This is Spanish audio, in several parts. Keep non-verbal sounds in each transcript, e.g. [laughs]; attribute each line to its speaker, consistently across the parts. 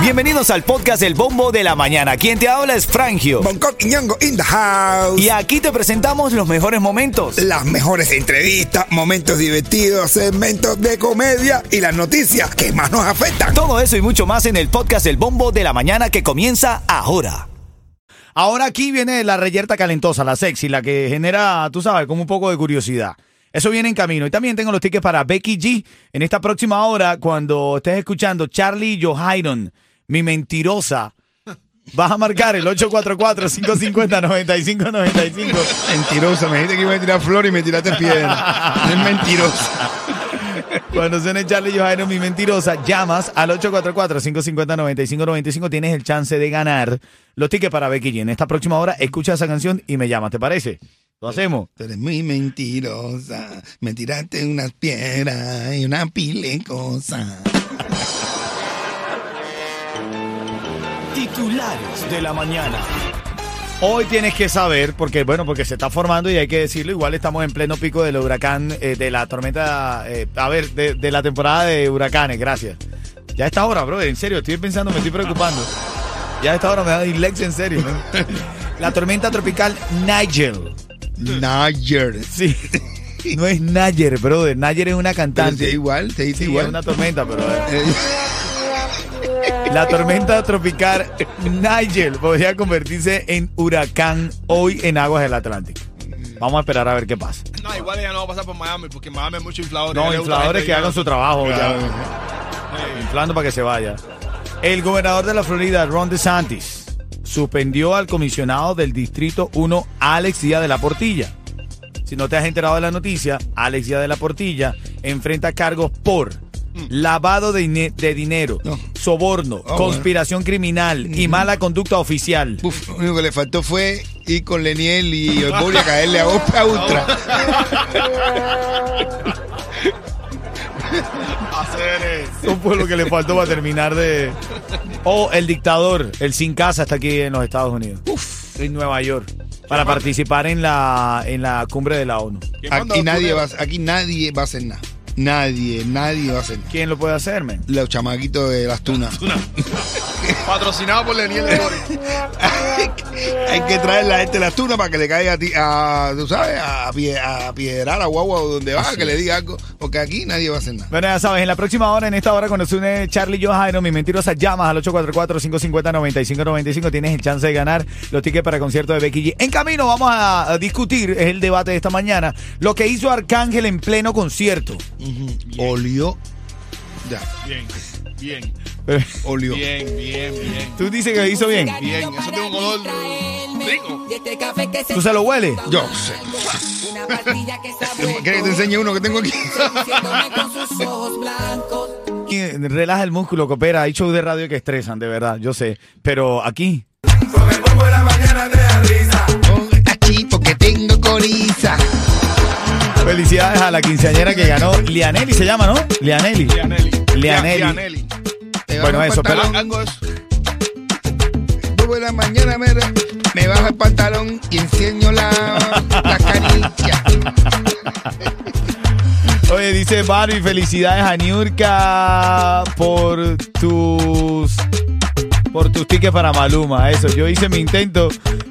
Speaker 1: Bienvenidos al podcast El Bombo de la Mañana. Quien te habla es Frangio.
Speaker 2: Bangkok y Ñongo in the house.
Speaker 1: Y aquí te presentamos los mejores momentos.
Speaker 2: Las mejores entrevistas, momentos divertidos, segmentos de comedia y las noticias que más nos afectan.
Speaker 1: Todo eso y mucho más en el podcast El Bombo de la Mañana que comienza ahora. Ahora aquí viene la reyerta calentosa, la sexy, la que genera, tú sabes, como un poco de curiosidad. Eso viene en camino. Y también tengo los tickets para Becky G en esta próxima hora cuando estés escuchando Charlie Johairon, mi mentirosa. Vas a marcar el 844-550-9595.
Speaker 3: Mentiroso, me dijiste que iba a tirar flor y me tiraste piedra. es mentiroso.
Speaker 1: [laughs] Cuando suene Charlie Johairon, mi mentirosa, llamas al 844-550-9595. Tienes el chance de ganar los tickets para Becky G. En esta próxima hora, escucha esa canción y me llamas. ¿Te parece? Lo hacemos.
Speaker 3: Tú eres muy mentirosa. Me tiraste unas piedras y una pile cosa.
Speaker 1: Titulares de la mañana. Hoy tienes que saber, porque bueno, porque se está formando y hay que decirlo, igual estamos en pleno pico del huracán, eh, de la tormenta, eh, a ver, de, de la temporada de huracanes, gracias. Ya a esta hora, bro, en serio, estoy pensando, me estoy preocupando. Ya a esta hora me da dislexia en serio. ¿no? La tormenta tropical Nigel.
Speaker 3: Nayer.
Speaker 1: Sí. No es Nayer, brother. Nayer es una
Speaker 3: Pero sí,
Speaker 1: cantante.
Speaker 3: igual, te dice
Speaker 1: Sí, es
Speaker 3: igual.
Speaker 1: una tormenta, pero... eh,
Speaker 3: Eh,
Speaker 1: La tormenta tropical Nigel podría convertirse en huracán hoy en aguas del Atlántico. Vamos a esperar a ver qué pasa.
Speaker 4: No, igual ella no va a pasar por Miami, porque en Miami hay muchos infladores.
Speaker 1: No,
Speaker 4: Le gusta
Speaker 1: infladores
Speaker 4: gente
Speaker 1: que hagan su trabajo.
Speaker 3: Claro.
Speaker 1: Ya, inflando para que se vaya. El gobernador de la Florida, Ron DeSantis, suspendió al comisionado del Distrito 1, Alex Díaz de la Portilla. Si no te has enterado de la noticia, Alex Díaz de la Portilla enfrenta cargos por lavado de, ine- de dinero,
Speaker 3: No.
Speaker 1: soborno,
Speaker 3: bueno.
Speaker 1: conspiración criminal y mala conducta oficial.
Speaker 3: uf, lo único que le faltó fue ir con Leniel y Osbori a caerle a Opa Ultra.
Speaker 4: hacer, eh,
Speaker 1: Un pueblo que le faltó para terminar de. O el dictador, el sin casa, está aquí en los Estados Unidos. En Nueva York. Para participar en la, en la cumbre de la ONU.
Speaker 4: ¿quién mandó
Speaker 3: Aquí
Speaker 4: tú
Speaker 3: nadie,
Speaker 4: de-
Speaker 3: va, a- aquí nadie va a hacer nada. Nadie, nadie va a hacer nada.
Speaker 1: ¿Quién lo puede hacer, men?
Speaker 3: Los chamaquitos de las tunas.
Speaker 4: Patrocinado por
Speaker 3: [laughs]
Speaker 4: Leniel de Boris.
Speaker 3: Hay que traer la gente de las tunas para que le caiga a ti, a, tú sabes, a, pie- a piedrar a guagua o donde va, que le diga algo. Porque aquí nadie va a hacer nada.
Speaker 1: Bueno, ya sabes, en la próxima hora, en esta hora, cuando se une Charlie Johairo, mi mentirosa llamas al 844-550-9595. Tienes el chance de ganar los tickets para el concierto de Becky G. En camino vamos a a discutir, es el debate de esta mañana, lo que hizo Arcángel en pleno concierto.
Speaker 3: Olió. Ya,
Speaker 4: Bien, bien,
Speaker 3: olió.
Speaker 4: bien, bien, bien.
Speaker 1: Tú dices que hizo bien.
Speaker 4: Bien, eso tiene un olor rico.
Speaker 5: Y este café que se
Speaker 1: ¿Tú se lo hueles?
Speaker 3: Yo sé.
Speaker 5: Una pastilla que sabe.
Speaker 3: ¿Quieres que te enseñe uno que tengo aquí? [laughs]
Speaker 5: Seduciéndome con sus ojos blancos.
Speaker 1: Que Relaja el músculo, coopera. Hay shows de radio que estresan, de verdad, yo sé. Pero aquí.
Speaker 3: Oh, está chipo que tengo coriza.
Speaker 1: Felicidades a la quinceañera que ganó. Lianelli se llama, ¿no? Lianelli.
Speaker 4: Lianelli.
Speaker 1: Lianelli.
Speaker 4: Ya, Lianelli.
Speaker 3: Te
Speaker 1: Bueno,
Speaker 3: bajo el
Speaker 1: eso, pero-
Speaker 4: Ah,
Speaker 3: pantalón.
Speaker 4: algo de eso.
Speaker 3: Dos de la mañana, mira, me bajo el pantalón y enseño la, la caricia.
Speaker 1: Oye, dice Barbie, felicidades a Niurka por tus. Por tus tickets para Maluma, eso. Yo hice mi intento,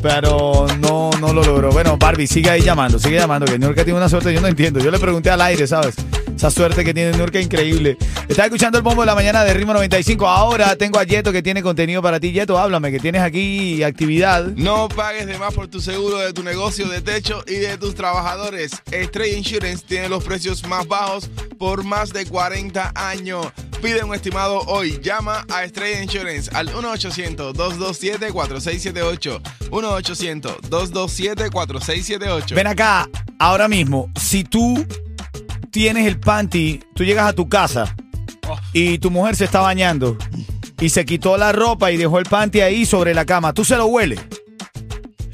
Speaker 1: pero no, no lo logró. Bueno, Barbie, sigue ahí llamando, sigue llamando, que Niurka tiene una suerte, yo no entiendo. Yo le pregunté al aire, ¿sabes? Esa suerte que tiene Niurka, increíble. Estás escuchando el bombo de la mañana de Ritmo 95. Ahora tengo a Yeto que tiene contenido para ti. Yeto, háblame, que tienes aquí actividad.
Speaker 4: [laughs] No pagues de más por tu seguro de tu negocio de techo y de tus trabajadores. Estrella Insurance tiene los precios más bajos por más de 40 años. Pide un estimado hoy. Llama a Estrella Insurance al 1-800-227-4678. 1-800-227-4678.
Speaker 1: Ven acá, ahora mismo, si tú tienes el panty, tú llegas a tu casa y tu mujer se está bañando y se quitó la ropa y dejó el panty ahí sobre la cama, tú se lo hueles.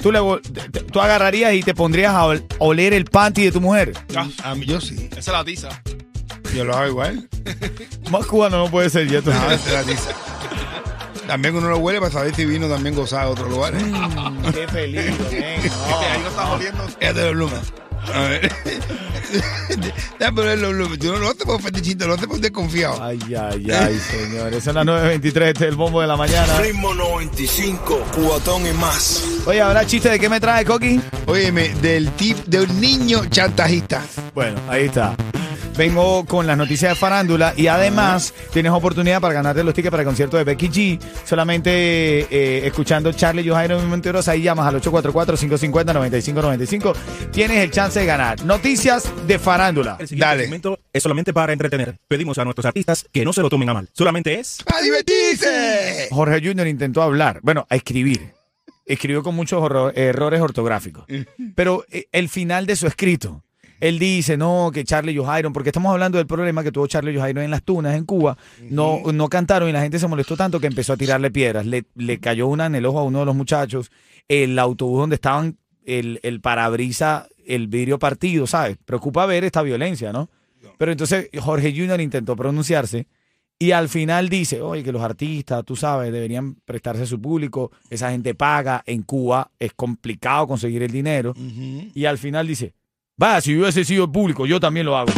Speaker 1: Tú, le, vo- te- te- tú agarrarías y te pondrías a ol- a oler el panty de tu mujer.
Speaker 4: Ah,
Speaker 3: A mí- yo sí,
Speaker 4: esa es la tiza.
Speaker 3: yo lo hago igual.
Speaker 1: Más cubano no puede ser, ya tú
Speaker 3: No,
Speaker 1: [laughs] sabes.
Speaker 3: esa es la tiza. También uno lo huele para saber si vino también gozado de otro lugar. ¿eh?
Speaker 1: Qué peligro, men.
Speaker 4: Este, ahí no está oliendo.
Speaker 3: Fíjate la pluma. A ver. [laughs] Ya, pero lo- lo- tú no, no te pongas fetichito, no te pongas desconfiado.
Speaker 1: Ay, ay, ay, señores. Son las 9.23, este es el bombo de la mañana.
Speaker 6: Ritmo 95, cuatón y más.
Speaker 1: Oye, ¿habrá chiste de qué me trae, Coqui?
Speaker 3: Óyeme, del tip de un niño chantajista.
Speaker 1: Bueno, ahí está. Vengo con las noticias de farándula y además tienes oportunidad para ganarte los tickets para el concierto de Becky G. Solamente eh, escuchando Charlie Yo Jairo Monteros, ahí llamas al 844-550-9595. Tienes el chance de ganar. Noticias de farándula.
Speaker 7: El siguiente
Speaker 3: Dale.
Speaker 7: segmento es solamente para entretener. Pedimos a nuestros artistas que no se lo tomen a mal. Solamente es
Speaker 3: ¡A divertirse!
Speaker 1: Jorge Junior intentó hablar, bueno, a escribir. Escribió con muchos horro- errores ortográficos. Pero eh, el final de su escrito, él dice, no, que Charlie Johairon, porque estamos hablando del problema que tuvo Charlie Johairon en las tunas en Cuba, no, no cantaron y la gente se molestó tanto que empezó a tirarle piedras. Le, le cayó una en el ojo a uno de los muchachos, el autobús donde estaban, el, el parabrisa, el vidrio partido, ¿sabes? Preocupa ver esta violencia, ¿no? Pero entonces Jorge Junior intentó pronunciarse. Y al final dice, oye, que los artistas, tú sabes, deberían prestarse a su público, esa gente paga, en Cuba es complicado conseguir el dinero. Y al final dice, va, si hubiese sido el público, yo también lo hago.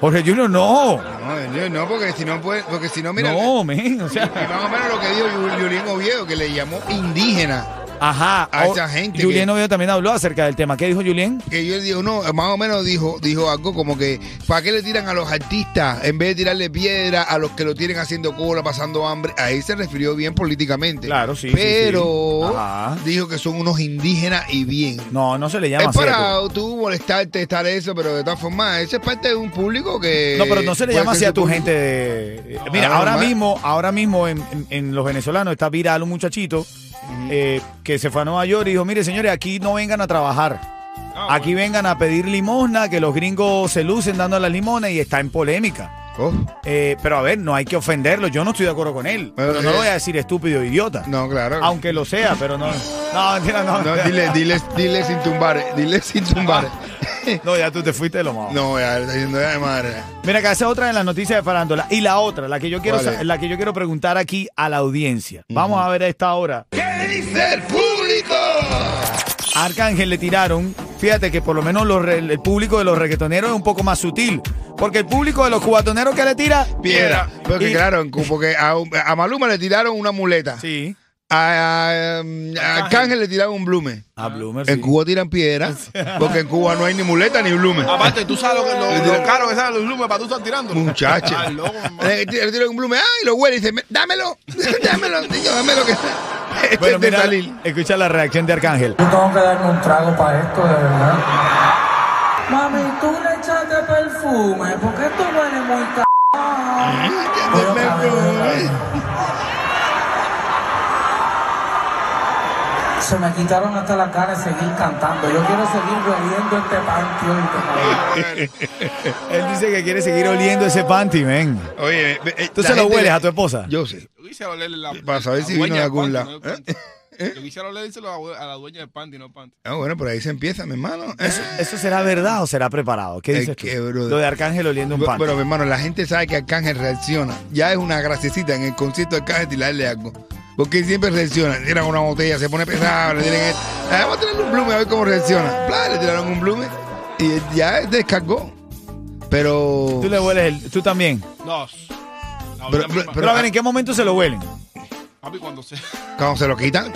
Speaker 1: Jorge Junior, no,
Speaker 3: No, yo no, porque si no, puede- porque si no, mira.
Speaker 1: no, men, o
Speaker 3: Y
Speaker 1: sea,
Speaker 3: más o menos lo que dijo Yu- Yulín Oviedo, que le llamó indígena.
Speaker 1: ajá.
Speaker 3: A
Speaker 1: o-
Speaker 3: esa gente
Speaker 1: Julien
Speaker 3: que-
Speaker 1: Oviedo también habló acerca del tema. ¿Qué dijo Julien?
Speaker 3: Que yo digo, no, más o menos dijo, dijo algo como que, ¿para qué le tiran a los artistas en vez de tirarle piedra a los que lo tienen haciendo cola, pasando hambre? Ahí se refirió bien políticamente.
Speaker 1: Claro, sí, sí,
Speaker 3: Pero
Speaker 1: sí. Ajá.
Speaker 3: dijo que son unos indígenas y bien.
Speaker 1: No, no se le llama
Speaker 3: Es
Speaker 1: así.
Speaker 3: para tú molestarte, estar eso, pero de todas formas, eso es parte de un público que.
Speaker 1: No, pero no se le
Speaker 3: puede
Speaker 1: llama así
Speaker 3: ser
Speaker 1: a tu
Speaker 3: su
Speaker 1: gente. de- eh, Mira,
Speaker 3: Ah,
Speaker 1: ahora
Speaker 3: normal.
Speaker 1: mismo, ahora mismo en, en- en los venezolanos está viral un muchachito eh, que se fue a Nueva York y dijo, mire señores, aquí no vengan a trabajar. Aquí vengan a pedir limosna, que los gringos se lucen dando las limonas y está en polémica.
Speaker 3: público.
Speaker 1: Eh, pero a ver, no hay que ofenderlo. Yo no estoy de acuerdo con él.
Speaker 3: Pero
Speaker 1: Pero no
Speaker 3: es-
Speaker 1: lo voy a decir estúpido, idiota.
Speaker 3: Oh, no, claro.
Speaker 1: Aunque lo sea, pero no. No, mentira, no.
Speaker 3: No, dile, dile, dile sin tumbar, dile
Speaker 1: [laughs]
Speaker 3: sin tumbar. [laughs]
Speaker 1: No, ya tú te fuiste de lo malo.
Speaker 3: No, ya, está yendo de madre.
Speaker 1: Mira, que esa es otra de las noticias de farándula. Y la otra, la que yo quiero,
Speaker 3: ¿Cuál
Speaker 1: sa-
Speaker 3: es?
Speaker 1: la que yo quiero preguntar aquí a la audiencia. Vamos a ver a esta hora.
Speaker 3: ¿Qué dice el público?
Speaker 1: A Arcángel le tiraron. Fíjate que por lo menos los re- el público de los reggaetoneros es un poco más sutil. Porque el público de los cubatoneros que le tira.
Speaker 3: Piedra. Porque
Speaker 1: Y-
Speaker 3: claro, en Cu- porque a, a Maluma le tiraron una muleta.
Speaker 1: Sí.
Speaker 3: A, a, a Arcángel le tiraron un blume.
Speaker 1: A Bloomer.
Speaker 3: Ah. En
Speaker 1: sí.
Speaker 3: Cuba tiran piedra, porque en Cuba no hay ni muleta ni blume.
Speaker 1: Ah,
Speaker 4: Aparte, tú sabes lo, que- lo-
Speaker 3: [laughs]
Speaker 4: lo caro que salen los lumes para tú estar tirando.
Speaker 3: Muchacho.
Speaker 1: Ah,
Speaker 4: Estás loco, mamá.
Speaker 3: Le, tira- le tira un blume, ay, lo huele y dice, "Me- dámelo, [laughs] dámelo, niño, dámelo que este
Speaker 1: Bueno,
Speaker 3: es de
Speaker 1: mira,
Speaker 3: salir.
Speaker 1: escucha la reacción de Arcángel.
Speaker 8: Yo tengo que darme un trago para esto, de verdad. Mami, tú le echaste perfume, porque esto huele muy c******. Pero, cabrón, Se me quitaron hasta la cara de seguir cantando. Yo quiero seguir bebiendo este panty hoy.
Speaker 1: Él dice que quiere seguir oliendo ese panty, men.
Speaker 3: Oye, eh, eh,
Speaker 1: ¿Tú
Speaker 3: la
Speaker 1: se lo
Speaker 3: gente-
Speaker 1: hueles a tu esposa?
Speaker 3: Yo sé.
Speaker 4: Yo quisiera olerle la.
Speaker 3: Para saber
Speaker 4: la
Speaker 3: si vino
Speaker 4: dueña
Speaker 3: de
Speaker 4: del
Speaker 3: algún lado.
Speaker 4: panty,
Speaker 3: ¿Eh?
Speaker 4: no del panty. Yo quisiera olérselo a a la dueña del panty, no del panty.
Speaker 3: Ah, bueno, por ahí se empieza, mi hermano.
Speaker 1: ¿Eso, eso será verdad o será preparado? ¿Qué
Speaker 3: Ay,
Speaker 1: dices tú?
Speaker 3: qué brother.
Speaker 1: Lo de Arcángel oliendo un
Speaker 3: Bu-
Speaker 1: panty.
Speaker 3: Bueno, mi hermano, la gente sabe que Arcángel reacciona. Ya es una graciecita en el concierto de Arcángel tirarle algo. Porque él siempre reacciona. Le tiran una botella, se pone pesado, le tiran... esto. Ah, Vamos a tirarle un blume a ver cómo reacciona. Pla, Le tiraron un blume y él ya descargó. Pero...
Speaker 1: Tú le hueles el- tú también.
Speaker 4: Dos.
Speaker 3: Pero-
Speaker 4: La otra
Speaker 3: pero-
Speaker 4: misma.
Speaker 1: Pero a ver, ¿en qué momento se lo huelen?
Speaker 4: Papi, cuando se.
Speaker 3: Cuando se lo quitan,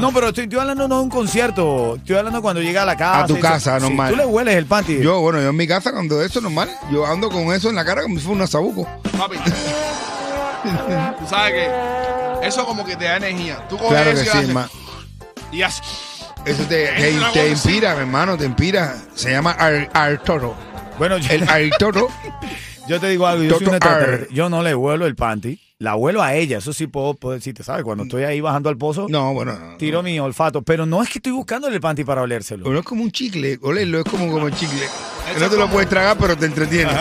Speaker 1: No, pero estoy, estoy hablando no de un concierto. Estoy hablando cuando llega a la casa.
Speaker 3: A tu
Speaker 1: y eso.
Speaker 3: casa,
Speaker 1: Sí,
Speaker 3: normal.
Speaker 1: Tú le hueles el panty.
Speaker 3: yo, bueno, yo en mi casa cuando eso normal, yo ando con eso en la cara como si fuera un asabuco.
Speaker 4: Papi. [laughs] tú sabes que. Eso como que te da energía. Tú coges
Speaker 3: Claro
Speaker 4: eso
Speaker 3: que sí,
Speaker 4: y haces-
Speaker 3: hermano.
Speaker 4: Y haces-
Speaker 3: Eso te,
Speaker 4: Es
Speaker 3: te-
Speaker 4: una
Speaker 3: te
Speaker 4: cosa, sí.
Speaker 3: inspira, mi hermano, te inspira. Se llama Ar- Artoro.
Speaker 1: Bueno, yo,
Speaker 3: El
Speaker 4: [laughs]
Speaker 3: Artoro.
Speaker 1: [laughs] yo te digo algo. Yo, soy un
Speaker 3: Dr.
Speaker 1: extraterrestre.
Speaker 3: R.
Speaker 1: Yo no le huelo el panty. La huelo a ella. Eso sí puedo, puedo decirte, ¿sabes? Cuando estoy ahí bajando al pozo,
Speaker 3: No, bueno. no.
Speaker 1: tiro mi olfato. Pero no es que estoy buscándole el panty para olérselo.
Speaker 3: No es como un chicle, olerlo es como, como el chicle.
Speaker 4: Eso
Speaker 3: No te lo
Speaker 4: como-
Speaker 3: puedes tragar, pero te entretiene. [laughs]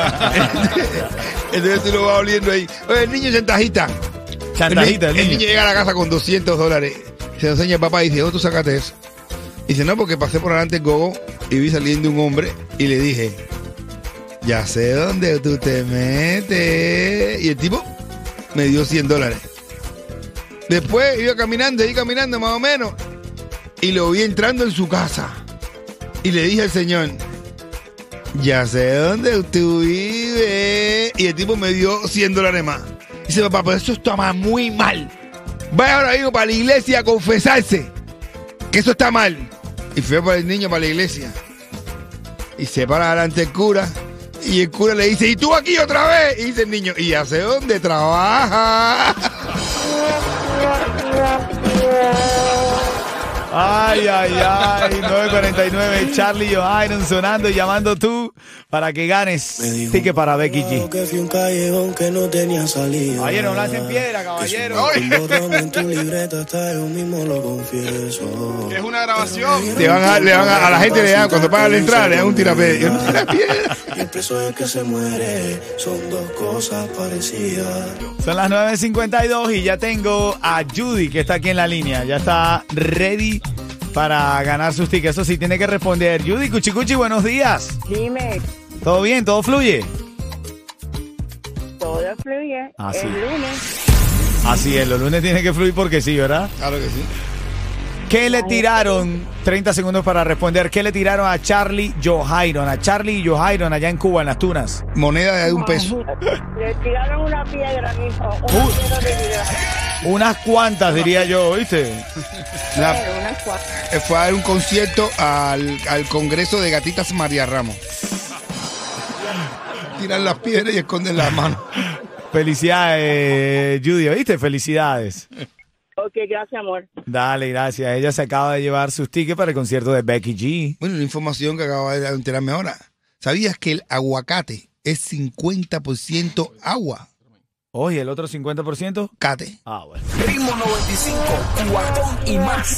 Speaker 3: Entonces tú lo vas oliendo ahí. Oye, el niño chantajista.
Speaker 1: Chantajita, el niño.
Speaker 3: llega a la casa con 200 dólares. Se lo enseña el papá y dice, oh, tú sacaste eso. Y dice, no, porque pasé por delante el gogo y vi saliendo un hombre y le dije, ya sé dónde tú te metes. Y el tipo me dio 100 dólares. Después iba caminando, iba caminando más o menos. Y lo vi entrando en su casa. Y le dije al señor, ya sé dónde usted vive. Y el tipo me dio 100 dólares más. Dice, papá, pero eso está ma- muy mal. Vaya ahora mismo para la iglesia a confesarse que eso está mal. Y fue para el niño para la iglesia. Y se para delante el cura. Y el cura le dice, ¿y tú aquí otra vez? Y dice el niño, ¿y hace dónde trabaja? [laughs]
Speaker 1: Ay, ay, ay. 949, Charlie Johannon sonando y llamando tú para que ganes ticket para Becky G.
Speaker 9: Que fui un callejón que no tenía salida.
Speaker 1: Ayer no en piedra, caballero.
Speaker 9: Un borrón en tu libreta hasta yo mismo lo confieso.
Speaker 4: Es una grabación.
Speaker 3: Te van a, le van a, a la gente le dan, cuando pagan la entrada, le dan un [laughs] tirapié. Yo no sé la piedra.
Speaker 9: Y el preso es el que se muere. Son dos cosas parecidas.
Speaker 1: Son las 9.52 y ya tengo a Judy que está aquí en la línea. Ya está ready para ganar sus tickets. Eso sí, tiene que responder. Judy Cuchicuchi, buenos días.
Speaker 10: Dime,
Speaker 1: ¿Todo bien? ¿Todo fluye?
Speaker 10: todo fluye.
Speaker 1: Ah,
Speaker 10: el
Speaker 1: sí.
Speaker 10: lunes,
Speaker 1: Así es, los lunes tiene que fluir porque sí, ¿verdad?
Speaker 3: Claro que sí.
Speaker 1: ¿Qué le tiraron? 30 segundos para responder. ¿Qué le tiraron a Charlie Johairon? A Charlie Johairon allá en Cuba, en las Tunas.
Speaker 3: Moneda de un peso.
Speaker 10: ah, le tiraron una piedra, mijo. Una
Speaker 1: Uh.
Speaker 10: piedra de vidrio.
Speaker 1: Unas cuantas, diría yo, ¿viste?
Speaker 3: La-
Speaker 10: Pero unas cuatro.
Speaker 3: eh, fue a dar un concierto al, al Congreso de Gatitas María Ramos. Tiran las piedras y esconden las manos.
Speaker 1: Felicidades, Judy, ¿viste? Felicidades.
Speaker 10: Ok, gracias, amor.
Speaker 1: Dale, gracias. Ella se acaba de llevar sus tickets para el concierto de Becky G.
Speaker 3: Bueno, la información que acabo de enterarme ahora. ¿Sabías que el aguacate es 50% agua?
Speaker 1: Oye, Oh, el otro 50%.
Speaker 3: Cate.
Speaker 1: Ah, bueno.
Speaker 6: Ritmo 95, cuatón y más.